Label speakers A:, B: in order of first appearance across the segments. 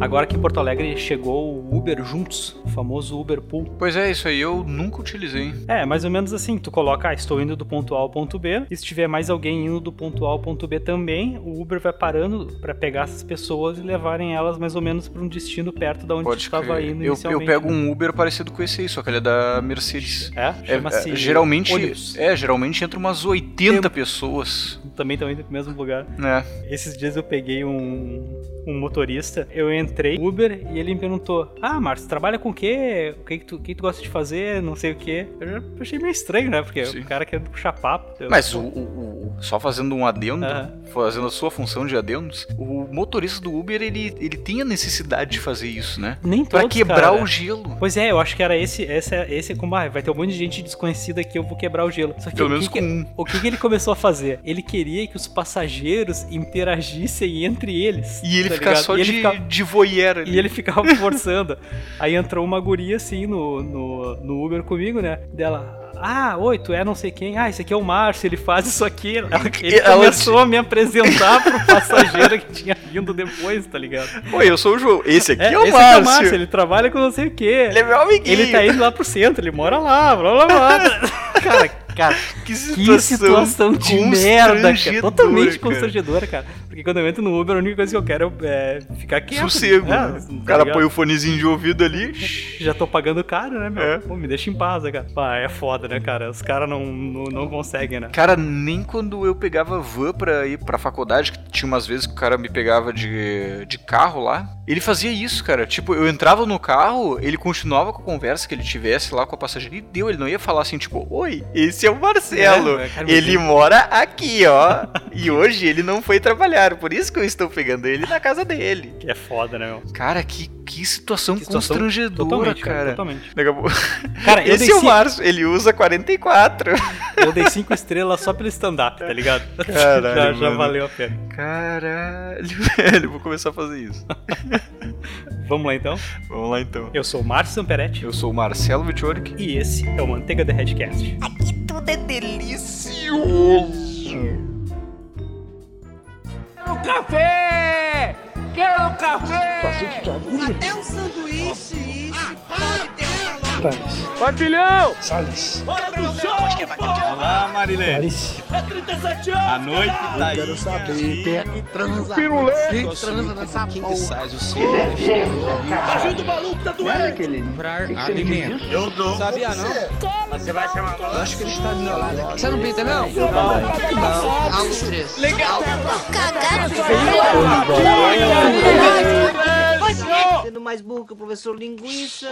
A: Agora que em Porto Alegre chegou o Uber Juntos, o famoso Uber Pool.
B: Pois é, isso aí eu nunca utilizei.
A: É, mais ou menos assim, tu coloca, ah, estou indo do ponto A ao ponto B, e se tiver mais alguém indo do ponto A ao ponto B também, o Uber vai parando para pegar essas pessoas e levarem elas mais ou menos para um destino perto da onde tu
B: Pode
A: estava
B: crer.
A: indo
B: eu, eu
A: inicialmente.
B: pego um Uber parecido com esse aí, só que ele é da Mercedes.
A: É,
B: É,
A: chama-se
B: é, geralmente,
A: ônibus.
B: é, geralmente entra umas 80 pessoas,
A: Também estão indo pro mesmo lugar.
B: né?
A: Esses dias eu peguei um, um motorista, eu entrei no Uber e ele me perguntou: Ah, Márcio, trabalha com o quê? O que, que, tu, o que tu gosta de fazer? Não sei o quê. Eu já achei meio estranho, né? Porque
B: Sim.
A: o cara querendo puxar papo. Eu-
B: Mas o, o- o- só fazendo um adendo,
A: Aham.
B: fazendo a sua função de adendos, o motorista do Uber, ele, ele tem a necessidade de fazer isso, né?
A: Nem
B: Pra
A: todos,
B: quebrar
A: cara.
B: o gelo.
A: Pois é, eu acho que era esse, esse, esse como, ah, vai ter um monte de gente desconhecida aqui, eu vou quebrar o gelo. Só que
B: Pelo
A: o que
B: menos
A: que- é?
B: com um.
A: O que, que ele começou a fazer? Ele queria que os passageiros interagissem entre eles.
B: E ele
A: tá
B: ficar
A: ligado?
B: só
A: e
B: de,
A: Ele ficava...
B: de voyeur ali.
A: E ele ficava forçando. Aí entrou uma guria assim no, no, no Uber comigo, né? Dela. Ah, oi, tu é não sei quem. Ah, esse aqui é o Márcio, ele faz isso aqui. Ela- Ele
B: Ela
A: começou a me apresentar pro passageiro que tinha vindo depois, tá ligado?
B: Oi, eu sou o João. Esse aqui é, o
A: esse
B: Márcio.
A: aqui é o Márcio, ele trabalha com não sei o quê.
B: Ele é meu amiguinho.
A: Ele tá indo lá pro centro, ele mora lá, blá blá blá. cara, cara,
B: Que
A: que situação de merda, cara.
B: constrangedora,
A: Totalmente
B: cara.
A: constrangedora, cara. Porque quando eu entro no Uber, a única coisa que eu quero é ficar quieto.
B: Sossego.
A: Ah,
B: né?
A: tá
B: O cara
A: ligado?
B: põe o fonezinho de ouvido ali.
A: Já tô pagando caro, né, meu?
B: É.
A: Pô, me deixa em paz, né, cara. Pá, é foda, né, cara? Os caras não, não, não conseguem, né?
B: Cara, nem quando eu pegava van pra ir pra faculdade, que tinha umas vezes que o cara me pegava de, de carro lá, ele fazia isso, cara. Tipo, eu entrava no carro, ele continuava com a conversa que ele tivesse lá com a passageira e deu. Ele não ia falar assim, tipo, oi, esse é o Marcelo.
A: É, cara,
B: ele
A: mas-
B: mora aqui, ó. e hoje ele não foi trabalhar, por isso que eu estou pegando ele na casa dele.
A: Que é foda, né, meu?
B: Cara, que, que situação
A: Que situação
B: constrangedora,
A: Totalmente, né?
B: cara.
A: Totalmente.
B: Daqui a pouco-
A: Cara, eu
B: Esse
A: dei,
B: é o
A: ci-
B: Márcio, ele usa 44.
A: eu dei cinco estrelas só pelo stand-up, tá ligado?
B: Caralho,
A: já, já
B: mano.
A: valeu a pena.
B: Caralho, velho, vou começar a fazer isso.
A: Vamos lá, então?
B: Vamos lá então.
A: Eu sou o Márcio Samperetti
B: Eu sou o Marcelo Vittoric.
A: e esse é o Manteiga The Headcast.
B: Aqui tudo é delicioso.
C: Até um sanduíche, isso pode ter um calor.
D: Olá, Marilene. A noite tá
B: Ah,
D: aí. quero saber quem é que transa. Piruleta. Que transa nessa Quem que sai do seu? Ajuda o maluco, tá doendo. aquele comprar alimento. Eu dou. Sabia não? Você vai chamar Eu acho que ele está do meu lado. Você não pinta, não? Não. Aos três.
C: Sendo mais burro que o professor Linguiça.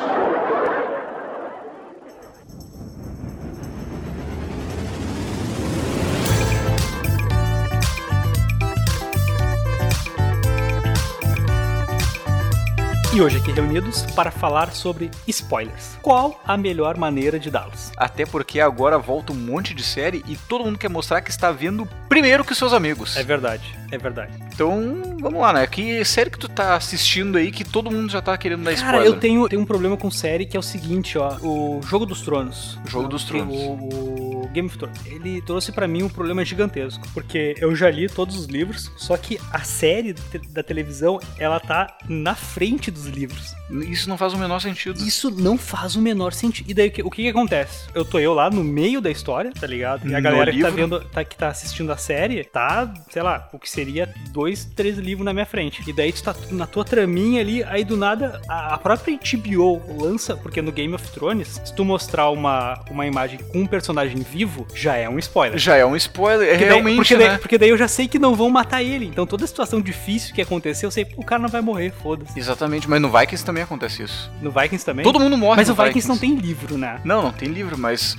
A: E hoje aqui reunidos para falar sobre spoilers. Qual a melhor maneira de dá-los?
B: Até porque agora volta um monte de série e todo mundo quer mostrar que está vendo primeiro que os seus amigos.
A: É verdade, é verdade.
B: Então, vamos lá, né? Que série que tu tá assistindo aí que todo mundo já tá querendo dar
A: Cara,
B: spoiler?
A: eu tenho, tenho um problema com série que é o seguinte, ó. O Jogo dos Tronos.
B: Jogo dos Tronos.
A: O, o Game of Thrones. Ele trouxe pra mim um problema gigantesco. Porque eu já li todos os livros, só que a série te- da televisão, ela tá na frente dos livros.
B: Isso não faz o menor sentido.
A: Isso não faz o menor sentido. E daí o que, o que que acontece? Eu tô eu lá no meio da história, tá ligado? E a
B: No
A: galera que tá,
B: livro?
A: vendo, tá- que tá assistindo a série tá, sei lá, o que seria dois, três livros na minha frente. E daí tu tá na tua traminha ali, aí do nada a, a própria HBO lança, porque no Game of Thrones, se tu mostrar uma, uma imagem com um personagem vivo, já é um spoiler.
B: Já é um spoiler, é
A: Porque daí-
B: realmente,
A: porque,
B: né?
A: daí, porque daí eu já sei que não vão matar ele. Então toda situação difícil que acontecer, eu sei, pô, o cara não vai morrer, foda-se.
B: Exatamente, mas no Vikings também acontece isso.
A: No Vikings também.
B: Todo mundo morre
A: Mas
B: no
A: o Vikings não tem livro, né?
B: Não, não tem livro, mas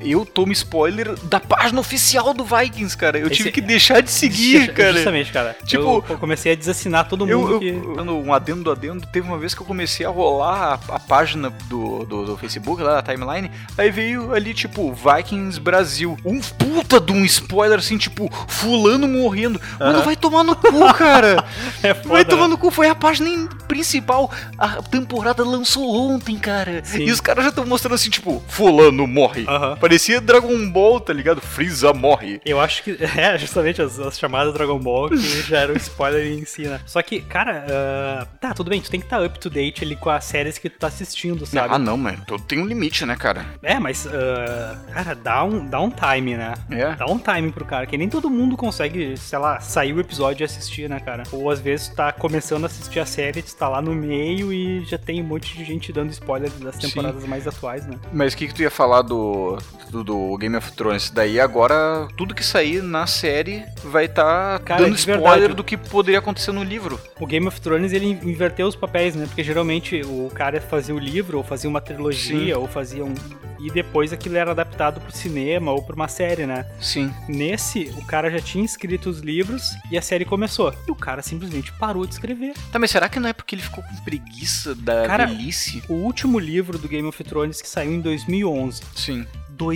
B: eu tomo spoiler da página oficial do Vikings, cara. Eu
A: Esse- é
B: tive que deixar de seguir,
A: Justa-
B: cara.
A: Justamente, cara.
B: Tipo-
A: eu co- comecei a desassinar todo
B: Eu,
A: mundo
B: eu,
A: que.
B: eu- um adendo do adendo, teve uma vez que eu comecei a rolar a, a página do, do, do Facebook, lá da timeline, aí veio ali, tipo, Vikings Brasil. Um puta de um spoiler, assim, tipo, fulano morrendo. Mano, vai tomar no cu, cara.
A: É
B: Vai
A: foda,
B: tomar
A: né?
B: no cu, foi a página in- principal, a temporada lançou ontem, cara. Sim. E os caras já estão mostrando assim, tipo, fulano morre.
A: Aham.
B: Parecia Dragon Ball, tá ligado? Freeza morre.
A: Eu acho que. É, justamente as, as chamadas Dragon Ball que já era um spoiler em si, né? Só que, cara, ah, tá, tudo bem, tu tem que estar up to date ali com as séries que tu tá assistindo, sabe?
B: Ah, não, mano. Tudo tem um limite, né, cara?
A: É, mas, ah, cara, dá um, dá um time, né?
B: É.
A: Dá um time pro cara, que nem todo mundo consegue, sei lá, sair o episódio e assistir, né, cara? Ou às vezes tu tá começando a assistir a série, tu tá lá no meio e já tem um monte de gente dando spoiler das
B: Sim.
A: temporadas mais atuais, né?
B: Mas o que, que tu ia falar do, do, do Game of Thrones? Daí agora, tudo que sair na série vai estar
A: Cara,
B: dando
A: de
B: spoiler
A: verdade.
B: do que poderia acontecer no livro.
A: O Game of Thrones ele inverteu os papéis, né? Porque geralmente o cara fazia o livro, ou fazia uma trilogia, ou fazia um. E depois aquilo era adaptado pro cinema ou pra uma série, né?
B: Sim.
A: Nesse, o cara já tinha escrito os livros e a série começou. E o cara simplesmente parou de escrever.
B: Tá, mas será que não é porque ele ficou com preguiça da
A: Cara-
B: velhice?
A: O último livro do Game of Thrones que saiu em 2011.
B: Sim.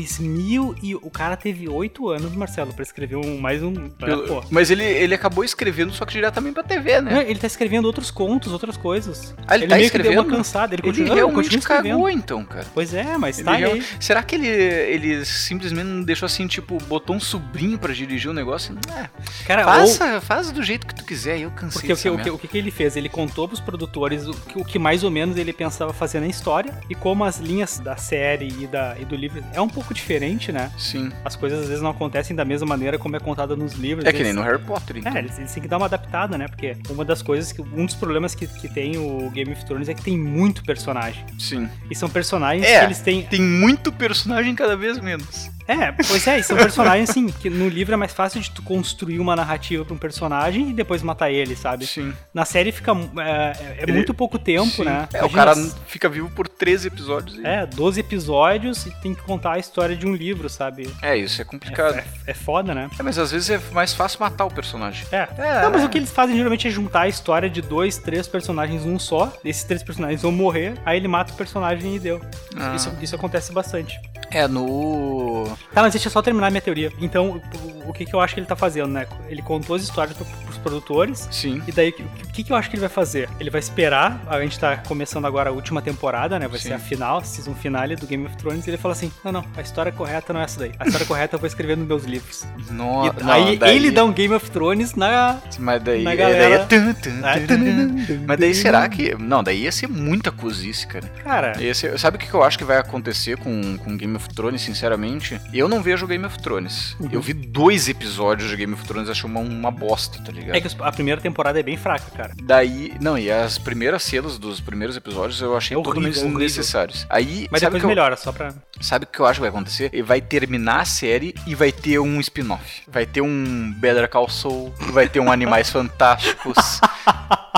A: 2000 e o cara teve oito anos, Marcelo, pra escrever um mais um.
B: Pelo-
A: Pô.
B: Mas ele, ele acabou escrevendo, só que diretamente pra TV, né?
A: Não, Ele tá escrevendo outros contos, outras coisas.
B: Ah, ele tá
A: meio que deu
B: escrevendo?
A: uma cansada, ele
B: Ele,
A: continua, ele
B: realmente
A: continua escrevendo.
B: cagou, então, cara.
A: Pois é, mas
B: Ele
A: tá
B: real-
A: aí.
B: Será que ele, ele simplesmente não deixou assim, tipo, botou um sobrinho pra dirigir o negócio? É,
A: Cara, ou...
B: faça, faz do jeito que tu quiser, eu cansei
A: Porque o que,
B: dessa
A: o, que,
B: merda.
A: o que que ele fez? Ele contou pros produtores o que, o que mais ou menos ele pensava fazer na história e como as linhas da série e, da, e do livro é um pouco diferente, né?
B: Sim.
A: As coisas às vezes não acontecem da mesma maneira como é contada nos livros.
B: É que
A: Eles-
B: nem no Harry Potter, então.
A: É, eles, eles têm que dar uma adaptada, né? Porque uma das coisas, que, um dos problemas que, que tem o Game of Thrones é que tem muito personagem.
B: Sim.
A: E são personagens
B: É.
A: que eles têm.
B: Tem muito personagem cada vez menos.
A: É, pois é, e são personagens assim, que no livro é mais fácil de tu construir uma narrativa pra um personagem e depois matar ele, sabe?
B: Sim.
A: Na série fica. É, é
B: Ele-
A: muito pouco tempo,
B: Sim.
A: né?
B: É, o
A: Imagina
B: cara
A: s-
B: fica vivo por 13 episódios. e-
A: É, 12 episódios e tem que contar a história de um livro, sabe?
B: É, isso é
A: É,
B: complicado.
A: é- é foda, né?
B: É, mas às vezes é mais fácil matar o personagem.
A: É.
B: É.
A: Não, mas o que eles fazem geralmente é juntar a história de dois, três personagens num só. Esses três personagens vão morrer, aí ele mata o personagem e deu.
B: Ah.
A: Isso, isso acontece bastante.
B: É, no.
A: Tá, mas deixa eu só terminar minha teoria. Então, o- o que, que eu acho que ele tá fazendo, né? Ele contou as histórias pro, pros produtores.
B: Sim.
A: E daí, o que- o que, que eu acho que ele vai fazer? Ele vai esperar, a gente tá começando agora a última temporada, né? Vai
B: Sim.
A: ser a final, season finale do Game of Thrones. E ele fala assim: não, não, a história correta não é essa daí. A história correta eu vou escrever nos meus livros.
B: No...
A: E
B: não,
A: aí
B: daí-
A: ele dá um Game of Thrones na.
B: Mas daí.
A: na
B: é,
A: galera-
B: daí é tum, tum,
A: Ah,
B: tum, tum, tum. Mas daí será que. Não, daí ia ser muita cozice, cara.
A: Cara.
B: Ia ser- Sabe o que que eu acho que vai acontecer com, com Game of Thrones, sinceramente? Eu não vejo Game of Thrones.
A: Uhum.
B: Eu vi dois episódios de Game of Thrones e achei uma, uma bosta, tá ligado?
A: É que os- a primeira temporada é bem fraca, cara.
B: Daí, não, e as primeiras cenas dos primeiros episódios eu achei
A: É horrível,
B: totalmente
A: horrível.
B: desnecessários. Aí,
A: Mas
B: sabe o
A: depois
B: que eu,
A: melhora, só pra.
B: sabe o que eu acho que vai acontecer? E Vai terminar a série e vai ter um spin-off. Vai ter um Better Call Saul, vai ter um Animais Fantásticos.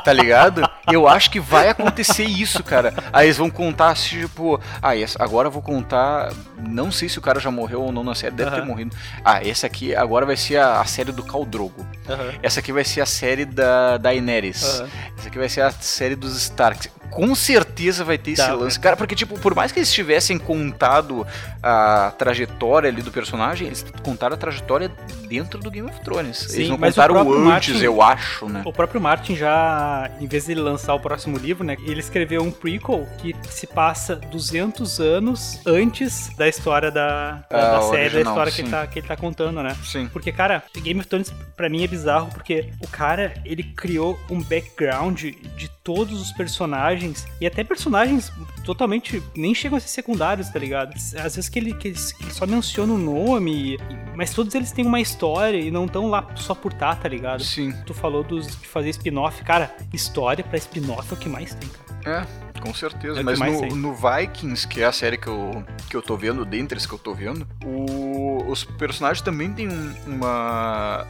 B: Tá ligado? Eu acho que vai acontecer isso, cara. Aí eles vão contar, assim, tipo, ah, essa, agora eu vou contar. Não sei se o cara já morreu ou não na série, deve ter
A: Aham.
B: morrido. Ah, essa aqui agora vai ser a, a série do Caldrogo. Essa aqui vai ser a série da Daenerys.
A: Aham.
B: Essa aqui vai ser a série dos Starks. Com certeza vai ter esse
A: Tá.
B: lance. Cara, porque, tipo, por mais que eles tivessem contado a trajetória ali do personagem, eles contaram a trajetória dentro do Game of Thrones. eles
A: Sim,
B: não
A: mas o
B: contaram
A: próprio
B: antes,
A: Martin-
B: eu acho, né?
A: O próprio Martin já, em vez de ele lançar o próximo livro, né, ele escreveu um prequel que se passa 200 anos antes da história da, da-
B: Ah,
A: da série,
B: original,
A: da história que ele,
B: sim.
A: tá, que ele tá contando, né?
B: Sim.
A: Porque, cara, Game of Thrones pra mim é bizarro porque o cara, ele criou um background de todos os personagens e até personagens totalmente nem chegam a ser secundários, tá ligado? Às vezes que ele, que ele só menciona o nome, e- mas todos eles têm uma história e não estão lá só por tá, tá ligado?
B: Sim.
A: Tu falou dos, de fazer spin-off. Cara, história pra spin-off é o que mais tem, cara.
B: É, com certeza.
A: É o que
B: Mas
A: mais
B: no,
A: tem.
B: no Vikings, que é a série que eu, que eu tô vendo, dentre as que eu tô vendo, o- os personagens também têm um- uma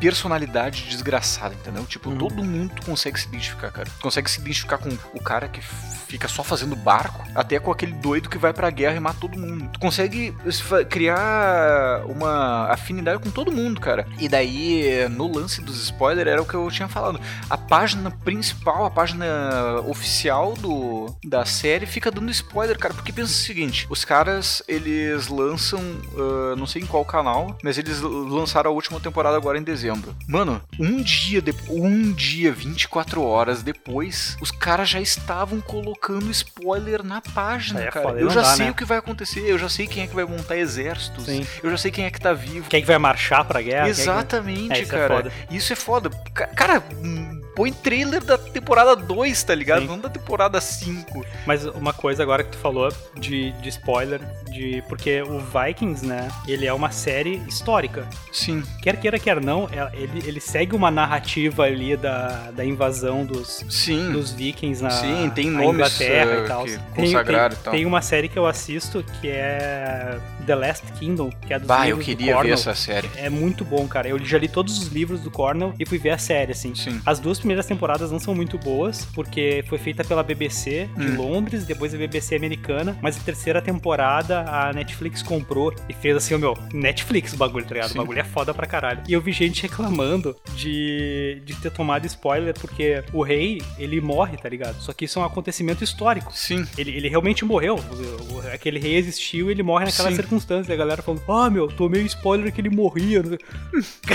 B: personalidade desgraçada, entendeu? Tipo,
A: Uhum.
B: todo mundo consegue se identificar, cara. Consegue se identificar com o cara que fica só fazendo barco, até com aquele doido que vai pra guerra e mata todo mundo. Tu consegue se fa- criar uma afinidade com todo mundo, cara. E daí, no lance dos spoilers, era o que eu tinha falado a página principal, a página oficial do, da série fica dando spoiler, cara. Porque pensa o seguinte, os caras, eles lançam, ah, não sei sei em qual canal, mas eles lançaram a última temporada agora em dezembro. Mano, um dia, de... um dia, 24 horas depois, os caras já estavam colocando spoiler na página,
A: É,
B: cara.
A: foda,
B: eu
A: não
B: já
A: dá,
B: sei
A: né?
B: o que vai acontecer, eu já sei quem é que vai montar exércitos,
A: Sim.
B: eu já sei quem é que tá vivo.
A: Quem é que vai marchar pra guerra? Quem é que-
B: Exatamente,
A: É, isso é
B: cara.
A: foda.
B: Isso é foda. Ca- Cara, hum, põe trailer da temporada 2, tá ligado?
A: Sim.
B: Não da temporada 5.
A: Mas uma coisa agora que tu falou de, de spoiler, de porque o Vikings, né, ele é uma série histórica.
B: Sim.
A: Quer queira, quer não, é- ele, ele segue uma narrativa ali da, da invasão dos,
B: Sim.
A: dos vikings na,
B: Sim, tem
A: na
B: nomes,
A: Inglaterra
B: eh,
A: e tal.
B: que
A: Tem-
B: consagraram
A: tem,
B: e tal.
A: tem uma série que eu assisto que é The Last Kingdom, que é dos
B: Bah, eu
A: livros do
B: queria ver
A: Cornwell.
B: essa série.
A: É muito bom, cara. Eu já li todos os livros do Cornell e fui ver a série, assim.
B: Sim.
A: As duas primeiras temporadas não são muito boas, porque foi feita pela BBC de
B: Hum.
A: Londres, depois a BBC é americana, mas a terceira temporada a Netflix comprou e fez assim, o meu, Netflix o bagulho, tá ligado?
B: Sim.
A: O bagulho é foda pra caralho. E eu vi gente reclamando de, de ter tomado spoiler, porque o rei, ele morre, tá ligado? Só que isso é um acontecimento histórico.
B: Sim.
A: Ele, ele realmente morreu. O- o- Aquele rei existiu e ele morre naquela
B: Sim.
A: circunstância. E a galera falando, ah, meu, tomei spoiler que ele morria.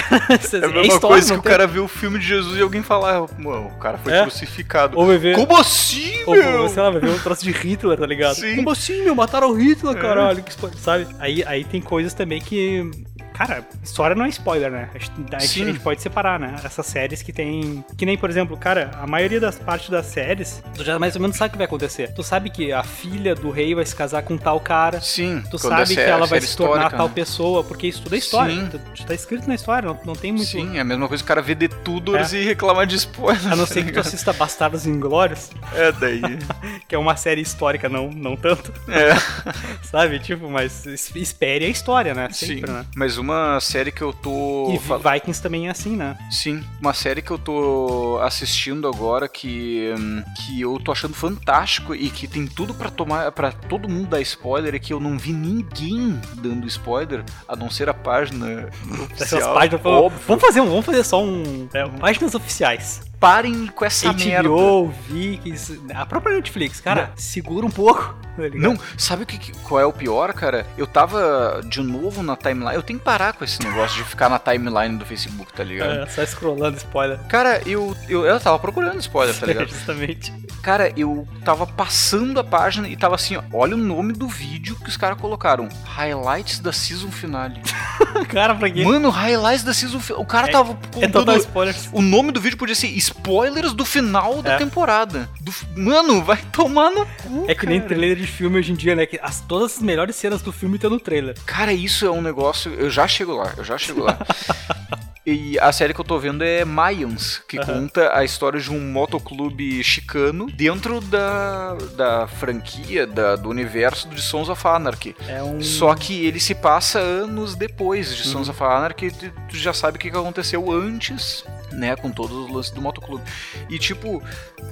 B: É a mesma coisa que o cara vê o filme de Jesus e alguém falar, "Mano, o cara foi
A: É.
B: crucificado.
A: Ou vai ver,
B: Como assim,
A: ou,
B: meu?
A: sei lá, vai ver um troço de Hitler, tá ligado?
B: Sim.
A: Como assim, meu? Mataram o Hitler,
B: É.
A: caralho. Que spoiler, sabe? Aí, aí tem coisas também que... Cara, história não é spoiler, né? A gente, a gente-
B: Sim.
A: a gente pode separar, né? Essas séries que tem... Que nem, por exemplo, cara, a maioria das partes das séries, tu já mais ou menos sabe o que vai acontecer. Tu sabe que a filha do rei vai se casar com tal cara.
B: Sim.
A: Tu
B: quando
A: sabe
B: é
A: que
B: sé-
A: ela vai
B: série
A: se tornar
B: histórica,
A: tal
B: né?
A: pessoa, porque isso tudo é história.
B: Sim.
A: Tu- tu Tá escrito na história, não, não tem muito.
B: Sim, é a mesma coisa que o cara vê de tudo
A: É.
B: e reclamar de spoiler.
A: A não
B: tá
A: ser que tu
B: ligado?
A: assista Bastardos Inglórios,
B: É daí.
A: que é uma série histórica, não, não tanto,
B: é.
A: sabe? Tipo, mas es- espere a história, né?
B: Sim.
A: Sempre, né?
B: Mas uma série que eu tô.
A: E
B: fal-
A: Vikings também é assim, né?
B: Sim, uma série que eu tô assistindo agora que, hum, que eu tô achando fantástico e que tem tudo pra tomar para todo mundo dar spoiler é que eu não vi ninguém dando spoiler a não ser a página
A: Essas
B: oficial.
A: páginas.
B: Óbvio.
A: Vamos fazer um, vamos fazer só um. é, páginas oficiais.
B: Parem com essa merda.
A: HBO, Vikings, a própria Netflix, cara, segura um pouco. tá ligado?
B: Não, sabe o que, que- qual é o pior, cara? Eu tava de novo na timeline. Eu tenho que parar com esse negócio de ficar na timeline do Facebook, tá ligado?
A: É, só scrollando spoiler.
B: Cara, eu, eu, eu tava procurando spoiler, tá ligado?
A: Justamente.
B: Cara, eu tava passando a página e tava assim, ó, olha o nome do vídeo que os caras colocaram. Highlights da season finale.
A: Cara, pra quê?
B: Mano, highlights da season finale. O cara tava
A: É total
B: contando...
A: spoiler.
B: o nome do vídeo podia ser spoilers do final da
A: É.
B: temporada. Do f- Mano, vai tomar no cu.
A: É que nem
B: cara.
A: trailer de filme hoje em dia, né? Que as, todas as melhores cenas do filme estão no trailer.
B: Cara, isso é um negócio. Eu já chego lá, eu já chego lá. E a série que eu tô vendo é Mayans, que conta a história de um motoclube chicano dentro da, da franquia, da- do universo de Sons of Anarchy.
A: É um.
B: Só que ele se passa anos depois de
A: Uhum.
B: Sons of Anarchy, tu tu já sabe o que que aconteceu antes, né, com todos os lances do motoclube. E tipo,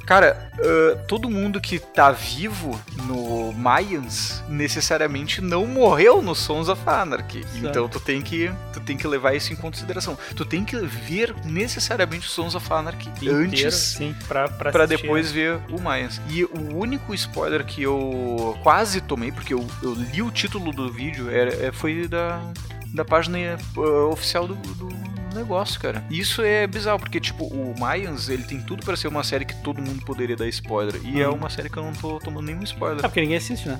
B: cara, ah, todo mundo que tá vivo no Mayans necessariamente não morreu no Sons of Anarchy.
A: Certo.
B: Então tu tem que tu tem que levar isso em consideração. Tu tem que ver necessariamente o Sons of Anarchy
A: inteiro,
B: antes
A: sim, pra, pra,
B: Pra
A: assistir.
B: né?
A: né?
B: depois ver o Mayans. E o único spoiler que eu quase tomei, porque eu, eu li o título do vídeo, era, é- foi da, da página eh, oficial do, do negócio, cara. E Isso é bizarro, porque, tipo, o Mayans, ele tem tudo pra ser uma série que todo mundo poderia dar spoiler. E é
A: Uhum.
B: uma série que eu não tô tomando nenhum
A: Ah,
B: spoiler.
A: porque ninguém assiste, né?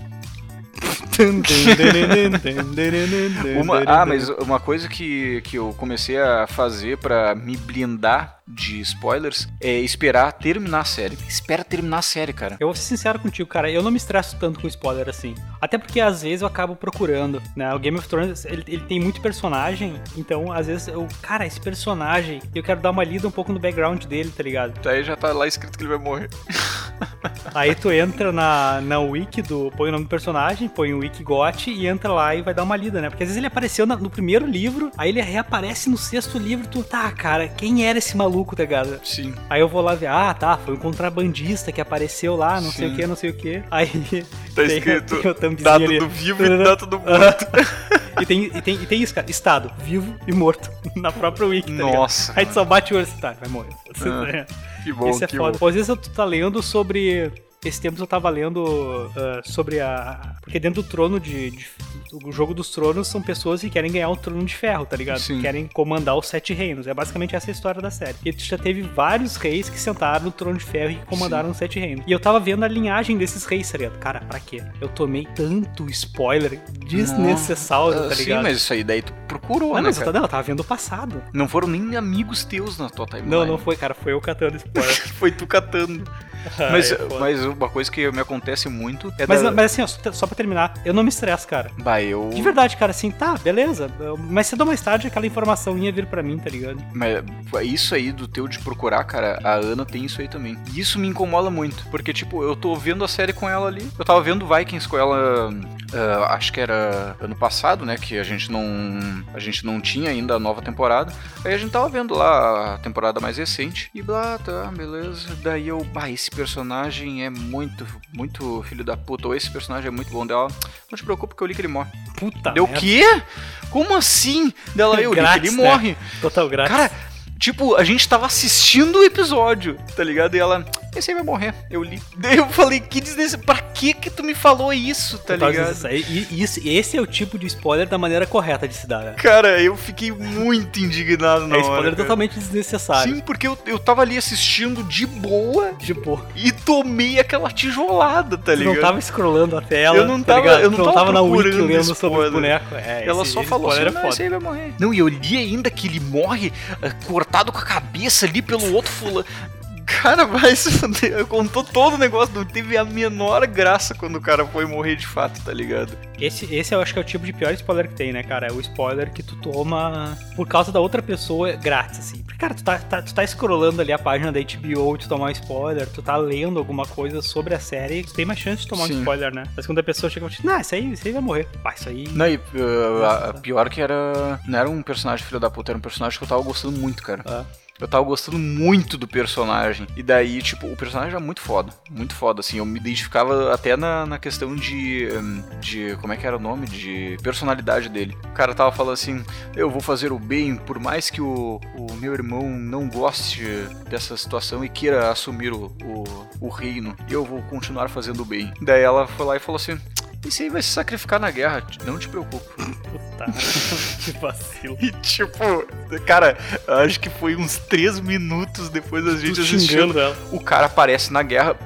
B: Uma- ah, mas uma coisa que, que eu comecei a fazer pra me blindar de spoilers é esperar terminar a série. Espera terminar a série, cara.
A: Eu vou ser sincero contigo, cara. Eu não me estresso tanto com spoiler assim. Até porque às vezes eu acabo procurando, né? O Game of Thrones, ele, ele tem muito personagem. Então, às vezes, eu. Cara, esse personagem. Eu quero dar uma lida um pouco no background dele, tá ligado?
B: Aí já tá lá escrito que ele vai morrer.
A: Aí tu entra na, na wiki do. Põe o nome do personagem, põe o wiki got e entra lá e vai dar uma lida, né? Porque às vezes ele apareceu na- no primeiro livro, aí ele reaparece no sexto livro e tu, tá, cara, quem era esse maluco, tá ligado?
B: Sim.
A: Aí eu vou lá ver, ah, tá, foi um contrabandista que apareceu lá, não sei o
B: Sim.
A: que, não sei o que. Aí.
B: Tá
A: tem-
B: escrito
A: tem o thumbzinho
B: data
A: ali. Tá
B: do vivo e data do morto.
A: e, tem, e, tem, e tem isso, cara, estado, vivo e morto, na própria wiki, tá ligado?
B: Nossa.
A: Aí tu só bate o olho e assim, tá, vai morrer.
B: Ah. Que bom,
A: Isso é
B: que
A: foda.
B: bom.
A: Pô, Às vezes tu tá lendo sobre Esse tempo eu tava lendo ah, sobre a. Porque dentro do trono de, de- O jogo dos tronos são pessoas que querem ganhar o trono de ferro, tá ligado?
B: Sim.
A: Querem comandar os sete reinos. É basicamente essa a história da série. E já teve vários reis que sentaram no trono de ferro e que comandaram os sete reinos. E eu tava vendo a linhagem desses reis, tá ligado? Cara, pra quê? Eu tomei tanto spoiler desnecessário,
B: Ah,
A: tá
B: Sim,
A: ligado? Ah,
B: mas isso aí daí tu procurou,
A: Não,
B: né,
A: mas eu
B: cara?
A: tava, não, eu tava vendo o passado.
B: Não foram nem amigos teus na tua timeline.
A: Não, não foi, cara. Foi eu catando spoiler.
B: Foi tu catando.
A: Ah,
B: mas,
A: é foda.
B: mas uma coisa que me acontece muito é
A: Mas,
B: da...
A: mas assim, ó, só só pra terminar, eu não me estresso, cara.
B: Bah, eu...
A: De verdade, cara, assim, tá, beleza. Mas cedo ou mais tarde aquela informação ia vir pra mim, tá ligado?
B: Mas é isso aí do teu de procurar, cara, a Ana tem isso aí também. E isso me incomoda muito. Porque, tipo, eu tô vendo a série com ela ali. Eu tava vendo Vikings com ela. ah, acho que era ano passado, né? Que a gente não. A gente não tinha ainda a nova temporada. Aí a gente tava vendo lá a temporada mais recente. E lá, tá, beleza. Daí eu, bah, esse personagem é muito, muito filho da puta. Ou esse personagem é muito bom dela. Não te preocupa que eu li que ele morre.
A: Puta
B: Deu o
A: Ah, merda,
B: quê? Como assim? Dela, eu li que ele
A: Grátis, né?
B: morre.
A: Total grátis.
B: Cara, tipo, a gente tava assistindo o episódio, tá ligado? E ela, esse aí vai morrer, eu li. Daí eu falei, que desnecessário, pra que que tu me falou isso, tá
A: Total
B: ligado?
A: desnecessário. E, e isso, esse é o tipo de spoiler da maneira correta de se dar, né?
B: Cara, eu fiquei muito indignado na
A: é
B: hora.
A: spoiler
B: cara.
A: totalmente desnecessário.
B: Sim, porque eu, eu tava ali assistindo de boa
A: Tipo,
B: e tomei aquela tijolada, tá
A: tu não
B: ligado?
A: tava scrolando a tela.
B: Eu não
A: tá
B: tava-
A: ligado?
B: eu
A: Tu
B: não
A: não
B: tava
A: tava na wiki
B: procurando
A: lendo sobre
B: spoiler.
A: o boneco. É,
B: Ela
A: esse-
B: só
A: esse
B: falou assim,
A: spoiler
B: não,
A: é
B: esse
A: foda.
B: aí vai morrer. Não, e eu li ainda que ele morre eh, cortado com a cabeça ali pelo outro fulano. Cara, vai se fuder. Contou todo o negócio, não teve a menor graça quando o cara foi morrer de fato, tá ligado?
A: Esse, esse eu acho que é o tipo de pior spoiler que tem, né, cara? É o spoiler que tu toma por causa da outra pessoa grátis, assim. Porque, cara, tu tá, tá- tu tá scrollando ali a página da HBO e tu tomar um spoiler, tu tá lendo alguma coisa sobre a série, tu tem mais chance de tomar
B: Sim.
A: um spoiler, né? Mas quando a pessoa chega e fala, não, isso aí, isso aí vai morrer. Pá, isso aí.
B: Não, e eh, a- a
A: Nossa.
B: pior que era. Não era um personagem filho da puta, era um personagem que eu tava gostando muito, cara.
A: Ah.
B: Eu tava gostando muito do personagem. E daí, tipo, o personagem era muito foda. Muito foda, assim. Eu me identificava até na, na questão de. hum, De. Como é que era o nome? De personalidade dele. O cara tava falando assim: eu vou fazer o bem, por mais que o, o meu irmão não goste dessa situação e queira assumir o, o, o reino, eu vou continuar fazendo o bem. Daí ela foi lá e falou assim. Esse aí vai se sacrificar na guerra, não te preocupa.
A: Puta, tá." que vacilo.
B: E tipo, cara, acho que foi uns 3 minutos depois da gente
A: Tu
B: assistindo
A: xingando ela.
B: o cara aparece na guerra.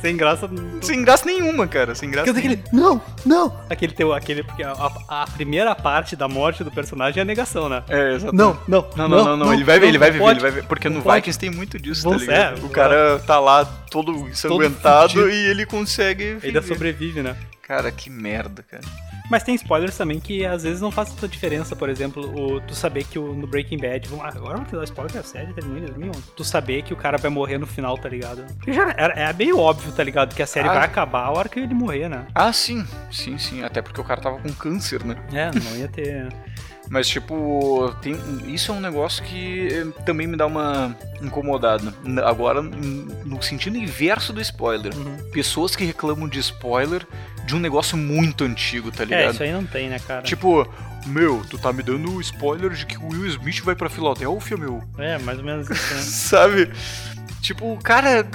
A: Sem graça.
B: Sem graça nenhuma, cara. Sem graça
A: Porque tem
B: nenhuma.
A: aquele, não, não! Aquele teu, aquele, porque a, a- a primeira parte da morte do personagem é a negação, né?
B: É, exato.
A: Não, não,
B: Não, não, não, não, Ele vai ver, ele vai ver, ele vai ver. Porque no
A: não pode.
B: Vikings tem muito disso,
A: Vamos-
B: tá ligado?
A: é,
B: o cara tá lá todo ensanguentado
A: fudido.
B: e ele consegue.
A: Ainda
B: viver.
A: sobrevive, né?
B: Cara, que merda, cara.
A: Mas tem spoilers também que às vezes não faz tanta diferença, por exemplo, o, tu saber que o, no Breaking Bad. Vamos, ah, agora eu vou te dar spoiler da série, terminou em 2011. Tu saber que o cara vai morrer no final, tá ligado? Porque já era, é meio óbvio, tá ligado? Que a série
B: Ah.
A: vai acabar a hora que ele morrer, né?
B: Ah, sim, sim, sim. Até porque o cara tava com câncer, né?
A: É, não ia ter.
B: Mas, tipo, tem, isso é um negócio que eh, também me dá uma incomodada. N- Agora, n- no sentido inverso do spoiler.
A: Uhum.
B: Pessoas que reclamam de spoiler de um negócio muito antigo, tá
A: É,
B: ligado?
A: isso aí não tem, né, cara?
B: Tipo, meu, tu tá me dando spoiler de que o Will Smith vai pra Filadélfia, meu.
A: É, mais ou menos isso, né?
B: Sabe? Tipo, o cara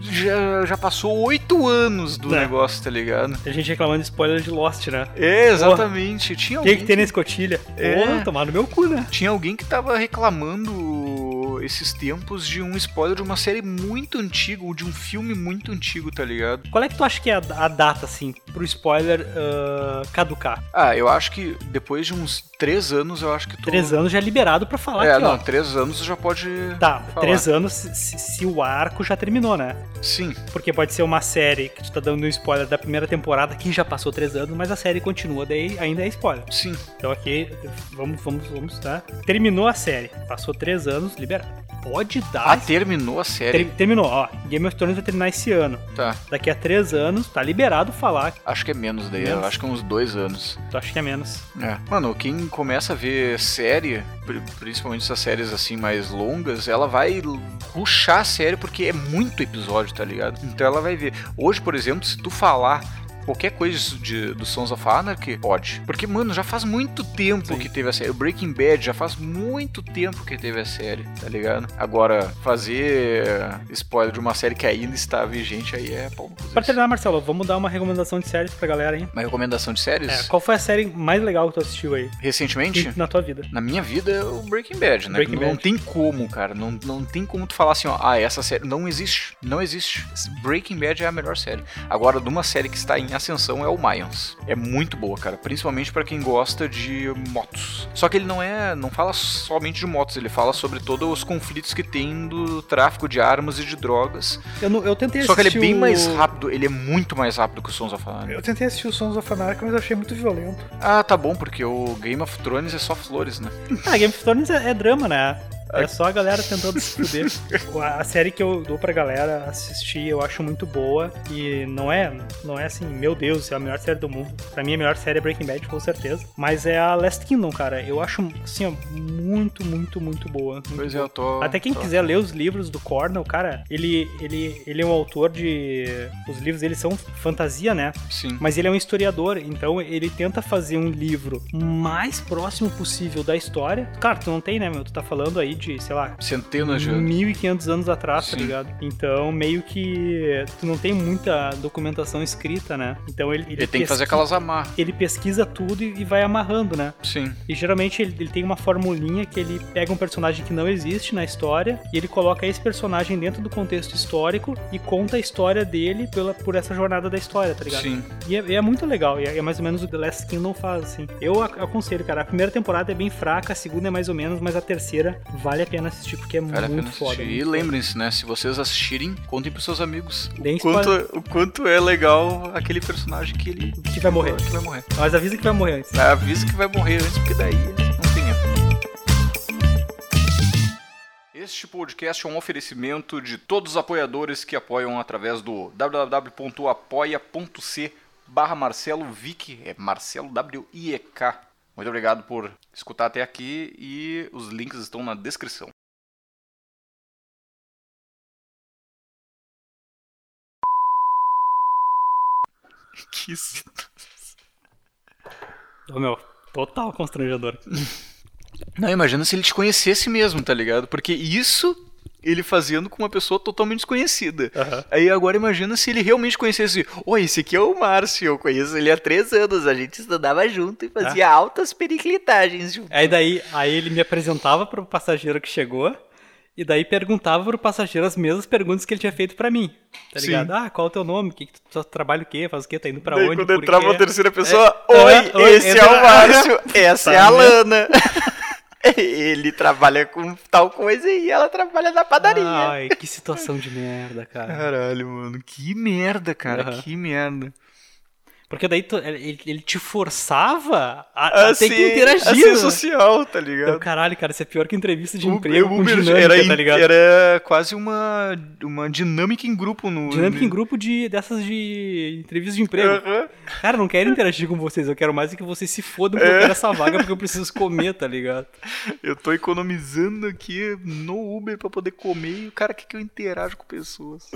B: já, já passou oito anos do
A: É.
B: negócio, tá ligado?
A: Tem gente reclamando de spoiler de Lost, né?
B: É, exatamente. Tinha
A: O que,
B: alguém
A: que tem na escotilha?
B: É.
A: Porra, tomar no meu cu, né?
B: Tinha alguém que tava reclamando esses tempos de um spoiler de uma série muito antiga, ou de um filme muito antigo, tá ligado?
A: Qual é que tu acha que é a, a data, assim, pro spoiler ah, caducar?
B: Ah, eu acho que depois de uns três anos, eu acho que tu.
A: Três anos já é liberado pra falar
B: É,
A: aqui, ó.
B: não, três anos já pode.
A: Tá,
B: falar.
A: três anos se, se- se o arco já terminou, né?
B: Sim,
A: Porque pode ser uma série que tu tá dando um spoiler da primeira temporada que já passou três anos, mas a série continua, daí ainda é spoiler.
B: sim.
A: Então aqui, vamos, vamos, vamos, tá? Terminou a série, passou três anos, liberado. Pode
B: Ah,
A: dar.
B: terminou a série.
A: ter- terminou, ó. Game of Thrones vai terminar esse ano.
B: Tá.
A: Daqui a três anos, tá liberado falar.
B: Acho que é menos daí, eu
A: Menos?
B: acho que é uns dois anos.
A: Tu acha que é menos?
B: É. Mano, quem começa a ver série, pri- principalmente essas séries assim mais longas, ela vai l- ruxar a série porque é muito episódio, tá ligado? Então ela vai ver. Hoje, por exemplo, se tu falar qualquer coisa de, do Sons of Anarchy, pode. Porque, mano, já faz muito tempo que teve a série. O Breaking Bad já faz muito tempo que teve a série, tá ligado? Agora, fazer spoiler de uma série que ainda está vigente aí é pau no cu
A: Pra
B: deles.
A: terminar, Marcelo, vamos dar uma recomendação de séries pra galera, hein?
B: Uma recomendação de
A: É,
B: séries?
A: qual foi a série mais legal que tu assistiu aí?
B: Recentemente?
A: Na tua vida.
B: Na minha vida, é o Breaking Bad, né?
A: Breaking
B: não
A: Bad.
B: tem como, cara. Não, não tem como tu falar assim, ó, ah, essa série não existe. Não existe. Breaking Bad é a melhor série. Agora, de uma série que está em ascensão é o Mayans. É muito boa, cara. Principalmente pra quem gosta de motos. Só que ele não é. não fala somente de motos, ele fala sobre todos os conflitos que tem do tráfico de armas e de drogas.
A: Eu, não- eu tentei
B: Só que ele é
A: assistir
B: bem
A: o-
B: mais rápido, ele é muito mais rápido que o Sons of Anarchy.
A: Eu tentei assistir o Sons of Anarchy, mas eu achei muito violento.
B: Ah, tá bom, porque o Game of Thrones é só flores, né?
A: Ah, Game of Thrones é, é drama, né? É só a galera tentando se fuder. A a série que eu dou pra galera assistir, eu acho muito boa. E não é, não é assim, meu Deus, é a melhor série do mundo. Pra mim, a melhor série é Breaking Bad, com certeza. Mas é a Last Kingdom, cara. Eu acho, assim, ó, muito, muito, muito boa. Muito
B: Pois é, eu tô.
A: Até quem
B: tô-
A: quiser ler os livros do Cornell, cara, ele, ele, ele é um autor de. Os livros eles são fantasia, né?
B: Sim.
A: Mas ele é um historiador, então ele tenta fazer um livro mais próximo possível da história. Claro, tu não tem, né, meu? Tu tá falando aí de, sei lá.
B: Centenas de
A: Hum,
B: anos.
A: 1500 anos atrás, tá
B: Sim.
A: ligado? Então, meio que tu não tem muita documentação escrita, né? Então ele.
B: Ele tem que fazer
A: pesqui-
B: aquelas amarras.
A: Ele pesquisa tudo e e vai amarrando, né?
B: Sim.
A: E geralmente ele, ele tem uma formulinha que ele pega um personagem que não existe na história e ele coloca esse personagem dentro do contexto histórico e conta a história dele pela, por essa jornada da história, tá ligado?
B: Sim.
A: E é, e é muito legal, e é, é mais ou menos o The Last Kingdom faz, assim. Eu ac- aconselho, cara. A primeira temporada é bem fraca, a segunda é mais ou menos, mas a terceira vale a pena assistir porque é
B: Vale a pena
A: muito foda.
B: assistir. E
A: muito
B: lembrem-se, né? Se vocês assistirem, contem pros seus amigos
A: foda. Deem
B: o quanto,
A: spoiler,
B: o quanto é legal aquele personagem que ele.
A: que vai morrer.
B: Que vai morrer.
A: Mas avisa que vai morrer antes.
B: Tá, Avisa que vai morrer antes, porque daí não tem erro. Este podcast é um oferecimento de todos os apoiadores que apoiam através do www.apoia.c barra Marcelo Vick, é Marcelo W-I-E-K. Muito obrigado por escutar até aqui e os links estão na descrição. Que isso?
A: Ô, meu, total constrangedor.
B: Não, imagina se ele te conhecesse mesmo, tá ligado? Porque isso ele fazendo com uma pessoa totalmente desconhecida.
A: Aham.
B: Aí agora imagina se ele realmente conhecesse. Ô, esse aqui é o Márcio, eu conheço ele há três anos, a gente estudava junto e fazia
A: Ah.
B: altas periclitagens junto.
A: Aí daí, aí ele me apresentava pro passageiro que chegou, e daí perguntava pro passageiro as mesmas perguntas que ele tinha feito pra mim. Tá
B: Sim.
A: ligado? Ah, qual é o teu nome? Que que tu, tu trabalha o quê? Faz o quê? Tá indo pra
B: Daí
A: onde?
B: quando
A: Por
B: entrava
A: quê?
B: a terceira pessoa,
A: É,
B: oi,
A: oi,
B: esse
A: entra-
B: é o Márcio, essa é a
A: Tá mesmo.
B: Lana. ele trabalha com tal coisa e ela trabalha na padaria.
A: Ai, que situação de merda, cara.
B: Caralho, mano, que merda, cara,
A: Aham.
B: que merda.
A: Porque daí tu- ele, ele te forçava a, a ter que interagir.
B: Assim,
A: né?
B: social, tá ligado?
A: Então, caralho, cara, isso é pior que entrevista de
B: O-
A: emprego
B: o
A: com dinâmica,
B: era,
A: tá
B: in-
A: ligado?
B: era quase uma, uma dinâmica em grupo no.
A: Dinâmica em
B: no-
A: grupo de, dessas de entrevistas de emprego.
B: Aham.
A: Cara, eu não quero interagir com vocês, eu quero mais é que vocês se fodam porque eu quero essa vaga porque eu preciso comer, tá ligado?
B: Eu tô economizando aqui no Uber pra poder comer e o cara quer que eu interajo com pessoas.